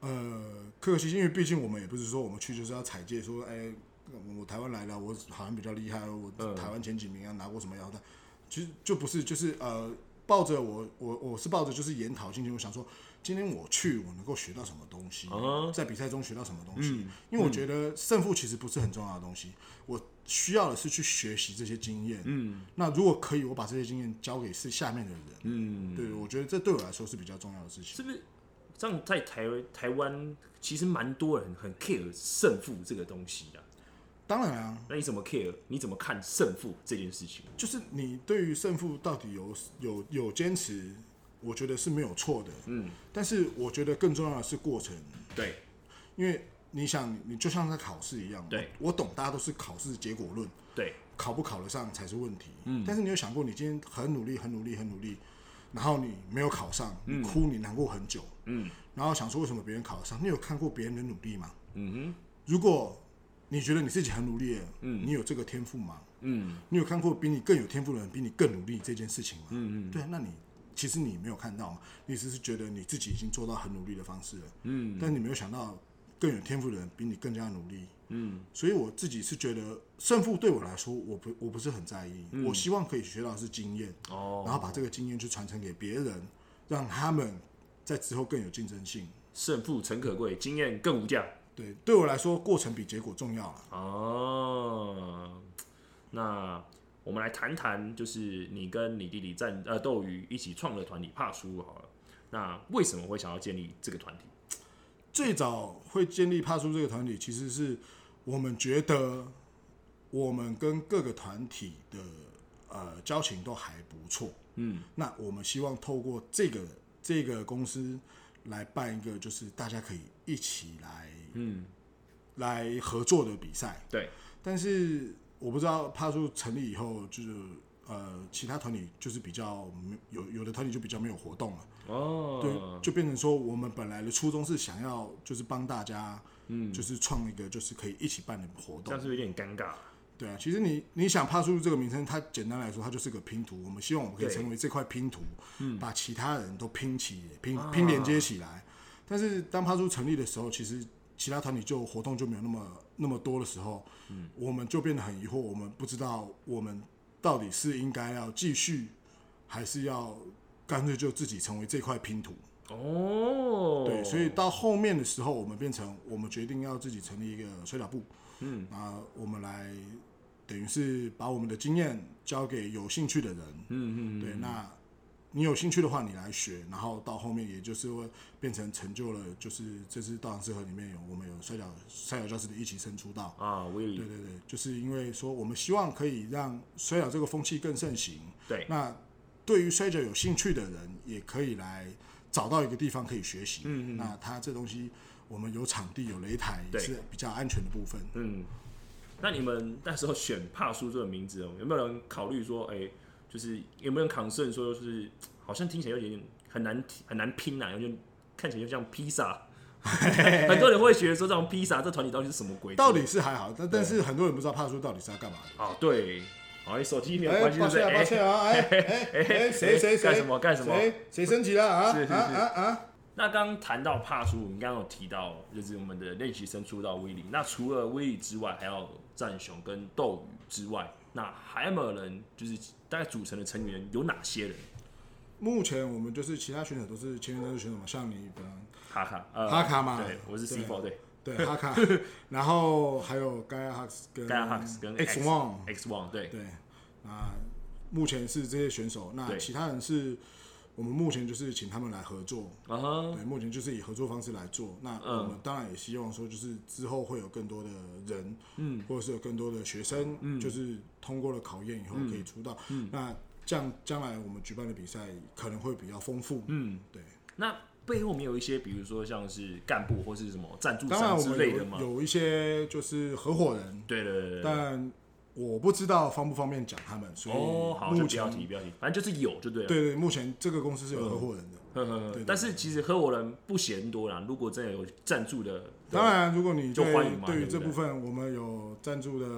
B: 呃客客气气，因为毕竟我们也不是说我们去就是要踩界说，哎、我台湾来了，我好像比较厉害，我
A: 嗯
B: 台湾前几名啊，拿过什么腰带，其实就不是，就是呃抱着我我我是抱着就是研讨心情，我想说今天我去我能够学到什么东西，
A: 嗯
B: 在比赛中学到什么东西，因为我觉得胜负其实不是很重要的东西，我需要的是去学习这些经验，嗯，那如果可以，我把这些经验交给是下面的人，
A: 嗯，
B: 对，我觉得这对我来说是比较重要的事情。
A: 是不是？这样在台台湾其实蛮多人很 care 胜负这个东西的、
B: 当然啊，
A: 那你怎么 care？你怎么看胜负这件事情？
B: 就是你对于胜负到底有有有坚持，我觉得是没有错的。
A: 嗯，
B: 但是我觉得更重要的是过程，
A: 对，
B: 因为你想，你就像在考试一样，
A: 对
B: 我，我懂，大家都是考试结果论，
A: 对，
B: 考不考得上才是问题。嗯，但是你有想过，你今天很努力，很努力，很努力，然后你没有考上，你哭，你难过很久，
A: 嗯
B: 然后想说为什么别人考得上？你有看过别人的努力吗？
A: 嗯
B: 如果你觉得你自己很努力了，嗯，你有这个天赋吗？
A: 哼，嗯
B: 你有看过比你更有天赋的人比你更努力这件事情吗？
A: 嗯嗯
B: 对啊，那你其实你没有看到嘛，你只是觉得你自己已经做到很努力的方式了，
A: 嗯
B: 但你没有想到更有天赋的人比你更加努力。
A: 嗯，
B: 所以我自己是觉得胜负对我来说，我不我不是很在意，我希望可以学到的是经验，然
A: 哦，
B: 后把这个经验去传承给别人，让他们在之后更有竞争性。
A: 胜负诚可贵，经验更无价。
B: 对，对我来说，过程比结果重要了。
A: 哦，那我们来谈谈，就是你跟你弟弟战呃斗鱼一起创了团体怕输好了。那为什么会想要建立这个团体？
B: 最早会建立帕叔这个团体，其实是我们觉得我们跟各个团体的呃交情都还不错，
A: 嗯，
B: 那我们希望透过这个这个公司来办一个，就是大家可以一起来
A: 嗯，
B: 来合作的比赛。
A: 对，
B: 但是我不知道帕叔成立以后，就是呃其他团体就是比较没有有的团体就比较没有活动了。
A: 哦，
B: 对，就变成说我们本来的初衷是想要就是帮大家，
A: 嗯
B: 就是创一个就是可以一起办的活
A: 这样
B: 动。
A: 是不是有点尴尬。
B: 对啊，其实你你想帕苏这个名称，它简单来说，它就是个拼图。我们希望我们可以
A: 对
B: 成为这块拼图，把其他人都拼起、拼拼连接起来。但是当帕苏成立的时候，其实其他团体就活动就没有那么那么多的时候，我们就变得很疑惑，我们不知道我们到底是应该要继续，还是要干脆就自己成为这块拼图。
A: 哦，
B: 对，所以到后面的时候，我们变成我们决定要自己成立一个水打部，嗯，啊，我们来等于是把我们的经验交给有兴趣的人，嗯嗯，对，那你有兴趣的话，你来学，然后到后面也就是会变成成就了，就是这次稻香之河里面有我们有摔跤摔跤教室的一起生出道，
A: 啊，威
B: 对
A: 力，
B: 对对，就是因为说我们希望可以让摔跤这个风气更盛行，
A: 对，
B: 那对于摔跤有兴趣的人，也可以来找到一个地方可以学习。
A: 嗯嗯
B: 那它这东西，我们有场地，有擂台，
A: 对
B: 是比较安全的部分。
A: 嗯，那你们那时候选帕叔这个名字，哦，有没有人考虑说，哎、就是有没有人 concern 说，就是好像听起来有点很难很难拼啊，有点看起来就像披萨， 很多人会觉得说，这种披萨这团体到底是什么鬼？
B: 道理是还好，但但是很多人不知道帕叔到底是要干嘛的。
A: 哦，对，好，你手机没有
B: 哎
A: 关系，
B: 抱
A: 对不对？
B: 歉啊，
A: 哎
B: 抱歉啊！哎哎哎，谁谁谁
A: 干什么干什么
B: 谁谁升级了啊？
A: 是是是
B: 啊啊啊！
A: 那刚刚谈到帕叔，我们刚刚有提到，就是我们的练习生出道威力。那除了威力之外，还有战雄跟斗鱼之外，那还有没有人？就是大概组成的成员有哪些人？
B: 目前我们就是其他选手都是签约战术选手嘛，像你本来
A: 哈卡，呃，
B: 哈卡嘛
A: 对，我是 C
B: 对
A: Four，对，
B: 对哈卡，然后还有 Gaia Hux 跟
A: 盖亚哈克斯跟
B: X One，
A: X One，对，
B: 对，那目前是这些选手，那
A: 对
B: 其他人是我们目前就是请他们来合作，
A: 啊哈，
B: 对，目前就是以合作方式来做。那
A: 嗯
B: 我们当然也希望说，就是之后会有更多的人，嗯，或者是有更多的学生，嗯，就是通过了考验以后可以出道，嗯，那这样将来我们举办的比赛可能会比较丰富，
A: 嗯，
B: 对。
A: 那背后面有一些，比如说像是干部或是什么赞助
B: 当然，
A: 商
B: 我
A: 之
B: 们
A: 类的
B: 有
A: 嘛，
B: 有一些就是合伙人，
A: 对对对对对。
B: 但我不知道方不方便讲他们，所以
A: 哦，好，就
B: 目
A: 不要
B: 前
A: 提，不要提，反正就是有就对了。
B: 对对，目前这个公司是有合伙人的。
A: 呵呵呵
B: 对对，
A: 但是其实合伙人不嫌多啦。如果真的有赞助的，
B: 当然，如果你
A: 就
B: 对
A: 欢迎嘛
B: 对于
A: 对不
B: 这
A: 对
B: 部分我们有赞助的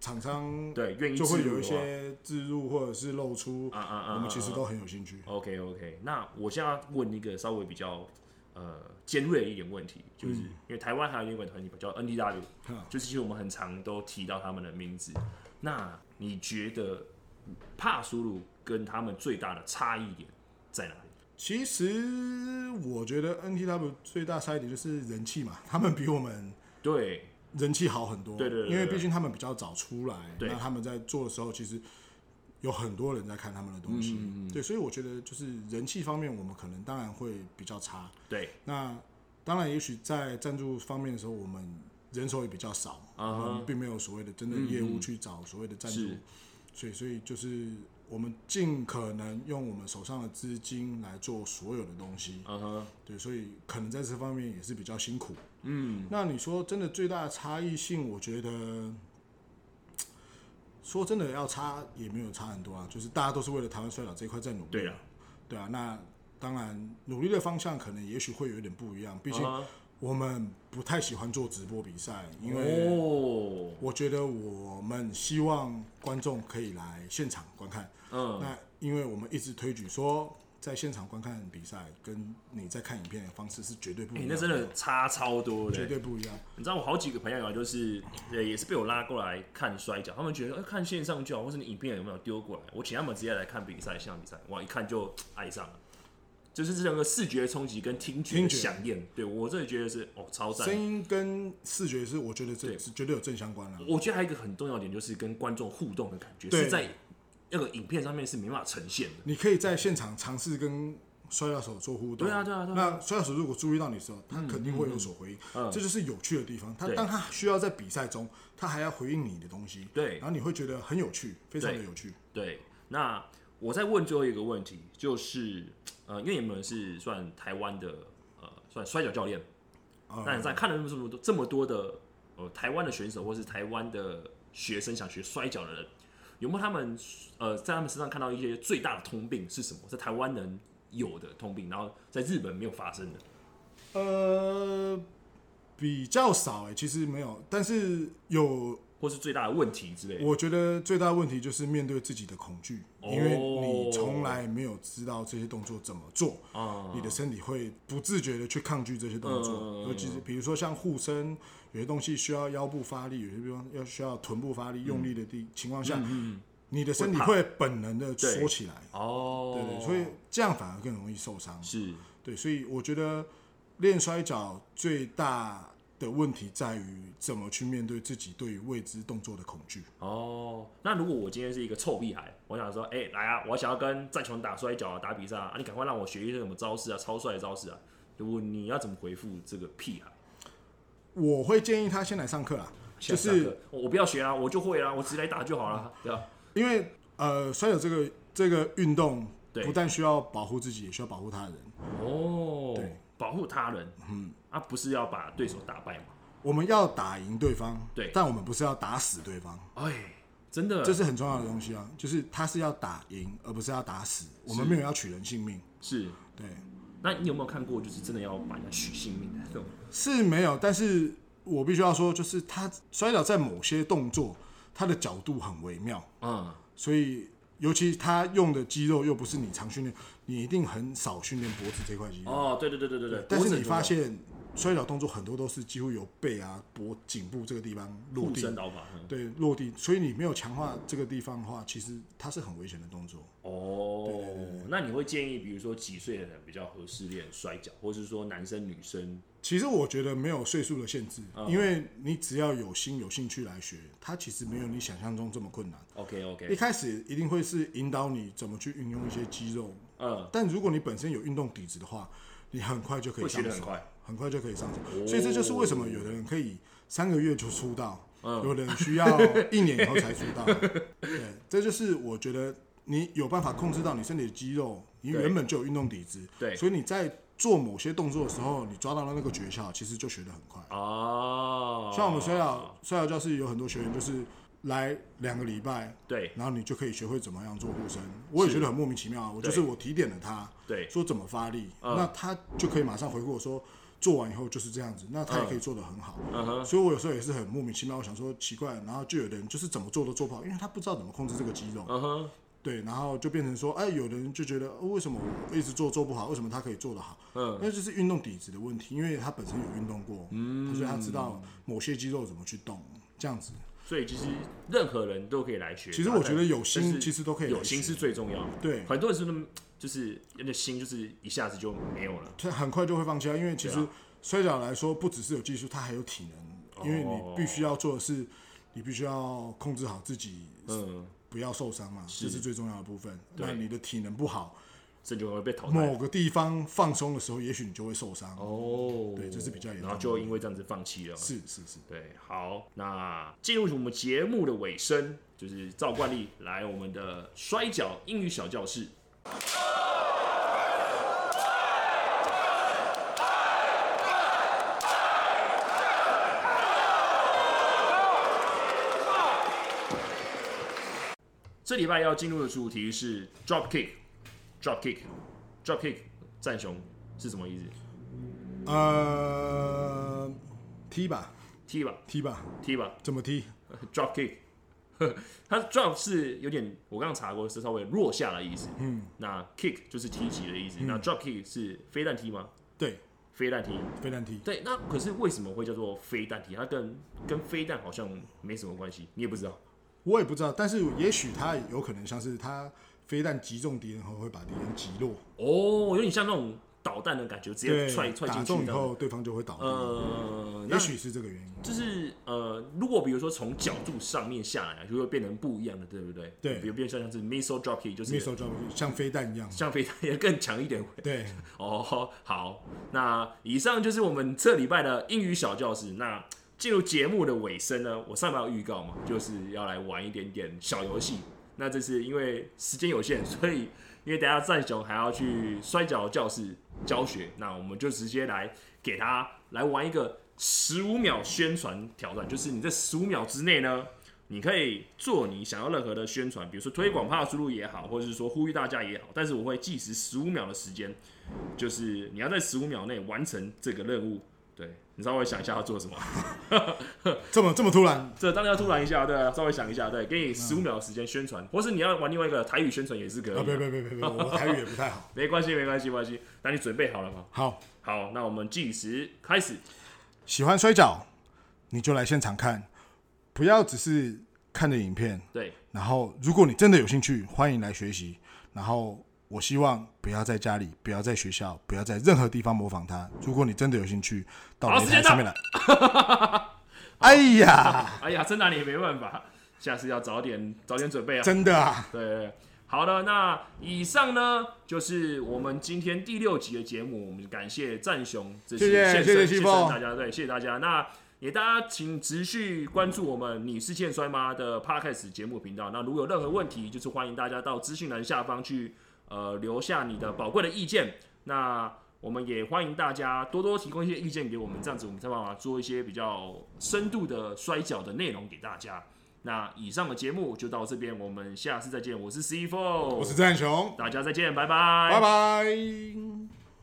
B: 厂商，
A: 对，愿意
B: 就会
A: 自入
B: 有一
A: 的话
B: 些置入或者是露出，
A: 啊啊啊，
B: 我们其实
A: 啊
B: 都很有兴趣。
A: OK OK，那我现在要问一个稍微比较呃尖锐的一点问题，就是、因为台湾还有一个团体叫 NTW，、
B: 嗯哈
A: 就是其实我们很常都提到他们的名字。那你觉得帕苏鲁跟他们最大的差异点在哪里？
B: 其实我觉得 NTW 最大差一点就是人气嘛，他们比我们
A: 对，
B: 人气好很多。
A: 对对对对
B: 因为毕竟他们比较早出来，
A: 对
B: 那他们在做的时候，其实有很多人在看他们的
A: 嗯
B: 东西。对，所以我觉得就是人气方面，我们可能当然会比较差。
A: 对，
B: 那当然，也许在赞助方面的时候，我们人手也比较少，
A: 啊哈嗯
B: 我们并没有所谓的真的业务去找所谓的赞助，
A: 是
B: 所以所以就是我们尽可能用我们手上的资金来做所有的东西，
A: 嗯哼，
B: 对，所以可能在这方面也是比较辛苦。嗯，那你说真的最大的差异性，我觉得。说真的，要差也没有差很多啊，就是大家都是为了台湾摔跤这一块在努力。
A: 对啊，
B: 对啊，那当然努力的方向可能也许会有一点不一样，毕
A: 啊
B: 竟
A: 哈
B: 我们不太喜欢做直播比赛，因为
A: 哦，
B: 我觉得我们希望观众可以来现场观看。
A: 嗯，
B: 那因为我们一直推举说，在现场观看比赛跟你在看影片的方式是绝对不一
A: 你、
B: 样，
A: 那真的差超多的
B: 绝。对不一样。
A: 你知道我好几个朋友啊，就是呃也是被我拉过来看摔跤，他们觉得、呃、看线上就好，或是你影片有没有丢过来，我请他们直接来看比赛，现场比赛，哇，一看就爱上了，就是这两个视觉冲击跟听觉
B: 听
A: 的
B: 觉
A: 响应，对我真的觉得是哦超赞
B: 声。音跟视觉是我觉得这
A: 对
B: 是绝对有正相关的、
A: 我觉得还有一个很重要的点就是跟观众互动的感觉，
B: 对
A: 是在那个影片上面是没办法呈现的。
B: 你可以在现场尝试跟摔跤手做互动。
A: 对啊对啊对啊嗯
B: 那摔跤手如果注意到你的时候，他肯定会有所回应，这就是有趣的地方。他
A: 对
B: 当他需要在比赛中，他还要回应你的东西，
A: 对
B: 然后你会觉得很有趣，非常的
A: 对
B: 有趣。
A: 对，那我再问最后一个问题，就是呃，因为你们是算台湾的呃算摔跤教练，
B: 啊
A: 那你在看了这么多这么多的呃台湾的选手，或是台湾的学生想学摔跤的人，有没有他们呃在他们身上看到一些最大的通病是什么？在台湾人有的通病，然后在日本没有发生的
B: 欸呃，比较少哎、其实没有，但是有
A: 或是最大的问题之类的？
B: 我觉得最大的问题就是面对自己的恐惧，
A: 哦
B: 因为你从来没有知道这些动作怎么做，
A: 啊、
B: 你的身体会不自觉的去抗拒这些动作，
A: 嗯
B: 尤其是比如说像护身，有些东西需要腰部发力，有些地方要需要臀部发力，用力的地情况下，
A: 嗯
B: 你的身体会本能的缩起来，
A: 哦，
B: 对对，所以这样反而更容易受伤。
A: 是
B: 对，所以我觉得练摔跤最大的问题在于怎么去面对自己对于未知动作的恐惧。
A: 哦，那如果我今天是一个臭屁孩，我想说，哎、来啊，我想要跟战琼打摔跤啊，打比赛啊，啊你赶快让我学一些什么招式啊，超帅的招式啊。如果你要怎么回复这个屁孩？
B: 我会建议他先来上课啦，就
A: 下课
B: 是
A: 我我不要学啊，我就会啊，我直接来打就好了，对吧、
B: 因为呃，摔跤这个这个运动
A: 对
B: 不但需要保护自己，也需要保护他人。
A: 哦，
B: 对，
A: 保护他人，嗯，啊，不是要把对手打败吗？
B: 我们要打赢对方，
A: 对
B: 但我们不是要打死对方，
A: 哎，真的，
B: 这是很重要的东西啊。就是他是要打赢，而不是要打死。我们没有要取人性命，
A: 是。
B: 对，
A: 那你有没有看过，就是真的要把人家取性命的那种？
B: 是没有。但是我必须要说，就是他摔倒在某些动作，他的角度很微妙，
A: 嗯，
B: 所以尤其他用的肌肉又不是你常训练，你一定很少训练脖子这块肌肉。
A: 哦，对对对对对对。
B: 但
A: 脖子很
B: 是你
A: 重要
B: 发现摔倒动作很多都是几乎由背啊、脖、颈部这个地方落
A: 护
B: 地
A: 身，导法，嗯
B: 对，落地。所以你没有强化这个地方的话，其实它是很危险的动作。
A: 哦，那你会建议，比如说几岁的人比较合适练摔跤，或是说男生女生？
B: 其实我觉得没有岁数的限制，因为你只要有心、有兴趣来学，它其实没有你想象中这么困难。
A: OK
B: 一
A: OK，
B: 开始一定会是引导你怎么去运用一些肌肉，
A: 嗯，
B: 但如果你本身有运动底子的话，你很快就可以
A: 会学
B: 上
A: 得很
B: 手，
A: 快哦
B: 很快就可以上手。所以这就是为什么有的人可以三个月就出道，
A: 嗯
B: 有的人需要一年以后才出 道。对，这就是我觉得你有办法控制到你身体的肌肉，你
A: 对
B: 原本就有运动底子，
A: 对
B: 所以你在做某些动作的时候，你抓到了那个诀窍，其实就学得很快。
A: 哦，
B: 像我们摔跤摔跤教室有很多学员就是来两个礼拜，
A: 对
B: 然后你就可以学会怎么样做护身。我也觉得很莫名其妙啊，我就是我提点了他，
A: 对嗯
B: 说怎么发力，那他就可以马上回复我说，做完以后就是这样子，那他也可以做得很好。
A: 嗯哼
B: 所以我有时候也是很莫名其妙，我想说奇怪，然后就有人就是怎么做都做不好，因为他不知道怎么控制这个肌肉。
A: 嗯哼，
B: 对，然后就变成说，哎，有人就觉得、哦为什么我一直做做不好，为什么他可以做得好？
A: 嗯，
B: 那就是运动底子的问题，因为他本身有运动过，嗯，所以他知道某些肌肉怎么去动，这样子。
A: 所以其实任何人都可以来学。
B: 其实我觉得有
A: 但
B: 心
A: 是
B: 其实都可以来
A: 有心
B: 学
A: 是最重要的。
B: 对，
A: 很多人是那么就是那个心就是一下子就没有了。
B: 他很快就会放弃啊，因为其
A: 对
B: 实
A: 啊
B: 摔跤来说，不只是有技术，它还有体能，因为你必须要做的是，你必须要控制好自己，
A: 嗯，
B: 不要受伤嘛，这是最重要的部分。
A: 对
B: 那你的体能不好，
A: 这就会被淘汰。
B: 某个地方放松的时候，也许你就会受伤。
A: 哦，
B: 对这是比较严重的
A: 然后就因为这样子放弃了。
B: 是是是，
A: 对，好，那进入我们节目的尾声，就是照惯例来我们的摔跤英语小教室。这礼拜要进入的主题是 drop kick，drop kick，drop kick，战雄是什么意思？嗯
B: 呃，踢吧，
A: 踢吧，
B: 踢吧，
A: 踢吧，
B: 怎么踢？
A: drop kick，它 drop 是有点，我刚刚查过是稍微落下的意思。嗯，那 kick 就是踢击的意
B: 嗯
A: 思，那 drop kick 是飞弹踢吗？
B: 对，
A: 飞弹踢。
B: 飞弹踢。
A: 对，那可是为什么会叫做飞弹踢？它跟跟飞弹好像没什么关系，你也不知道。
B: 我也不知道，但是也许他有可能像是他飞弹击中敌人后，会把敌人击落，
A: 哦，有点像那种导弹的感觉，直接
B: 对，
A: 踹踹
B: 打
A: 进
B: 中
A: 去
B: 以
A: 这样子。
B: 后，对方就会倒地。
A: 呃，那
B: 也许是这个原因。
A: 就是呃，如果比如说从角度上面下来，就会变成不一样的，对不对？
B: 对
A: 比如变成像是 missile drop kick，就是
B: ，missile drop 像飞弹一样。
A: 像飞弹也更强一点。
B: 对，
A: 哦，好，那以上就是我们这礼拜的英语小教室。那进入节目的尾声呢，我上半有预告嘛，就是要来玩一点点小游戏。那这次因为时间有限， 所以因为等一下战雄还要去摔跤教室教学，那我们就直接来给他来玩一个十五秒宣传挑战，就是你在十五秒之内呢，你可以做你想要任何的宣传，比如说推广怕输入也好，或者是说呼吁大家也好，但是我会计时十五秒的时间，就是你要在十五秒内完成这个任务。对，你稍微想一下要做什么。
B: 这么这么突然，啊
A: 这当然要突然一下，对啊，稍微想一下，对，给你十五秒的时间宣传，或是你要玩另外一个台语宣传也是可以
B: 啊，别
A: 的。
B: 别别别别，我台语也不 太好。
A: 没关系，没关系，没关系。那你准备好了吗？
B: 好，
A: 好，那我们计时开始。
B: 喜欢摔跤，你就来现场看，不要只是看着影片。
A: 对，
B: 然后，如果你真的有兴趣，欢迎来学习。然后，我希望不要在家里，不要在学校，不要在任何地方模仿他。如果你真的有兴趣，到
A: 好
B: 擂
A: 哦时间
B: 台
A: 到
B: 上面来。哎呀，
A: 哎呀，真拿你也没办法，下次要早点早点准备啊。
B: 真 的啊，
A: 对对，对好的，那以上呢就是我们今天第六集的节目，我们感谢战雄，这是
B: 谢
A: 献
B: 谢
A: 身
B: 谢谢
A: 献
B: 西
A: 身
B: 凤
A: 大家对，谢谢大家。那也大家请持续关注我们“你是欠摔吗”的 Podcast 节目频道。那如果有任何问题，就是欢迎大家到资讯栏下方去呃留下你的宝贵的意见。那我们也欢迎大家多多提供一些意见给我们，这样子我们才有办法做一些比较深度的摔跤的内容给大家。那以上的节目就到这边，我们下次再见。我是 C Four，
B: 我是战雄，
A: 哎大家再见，拜拜，
B: 拜拜。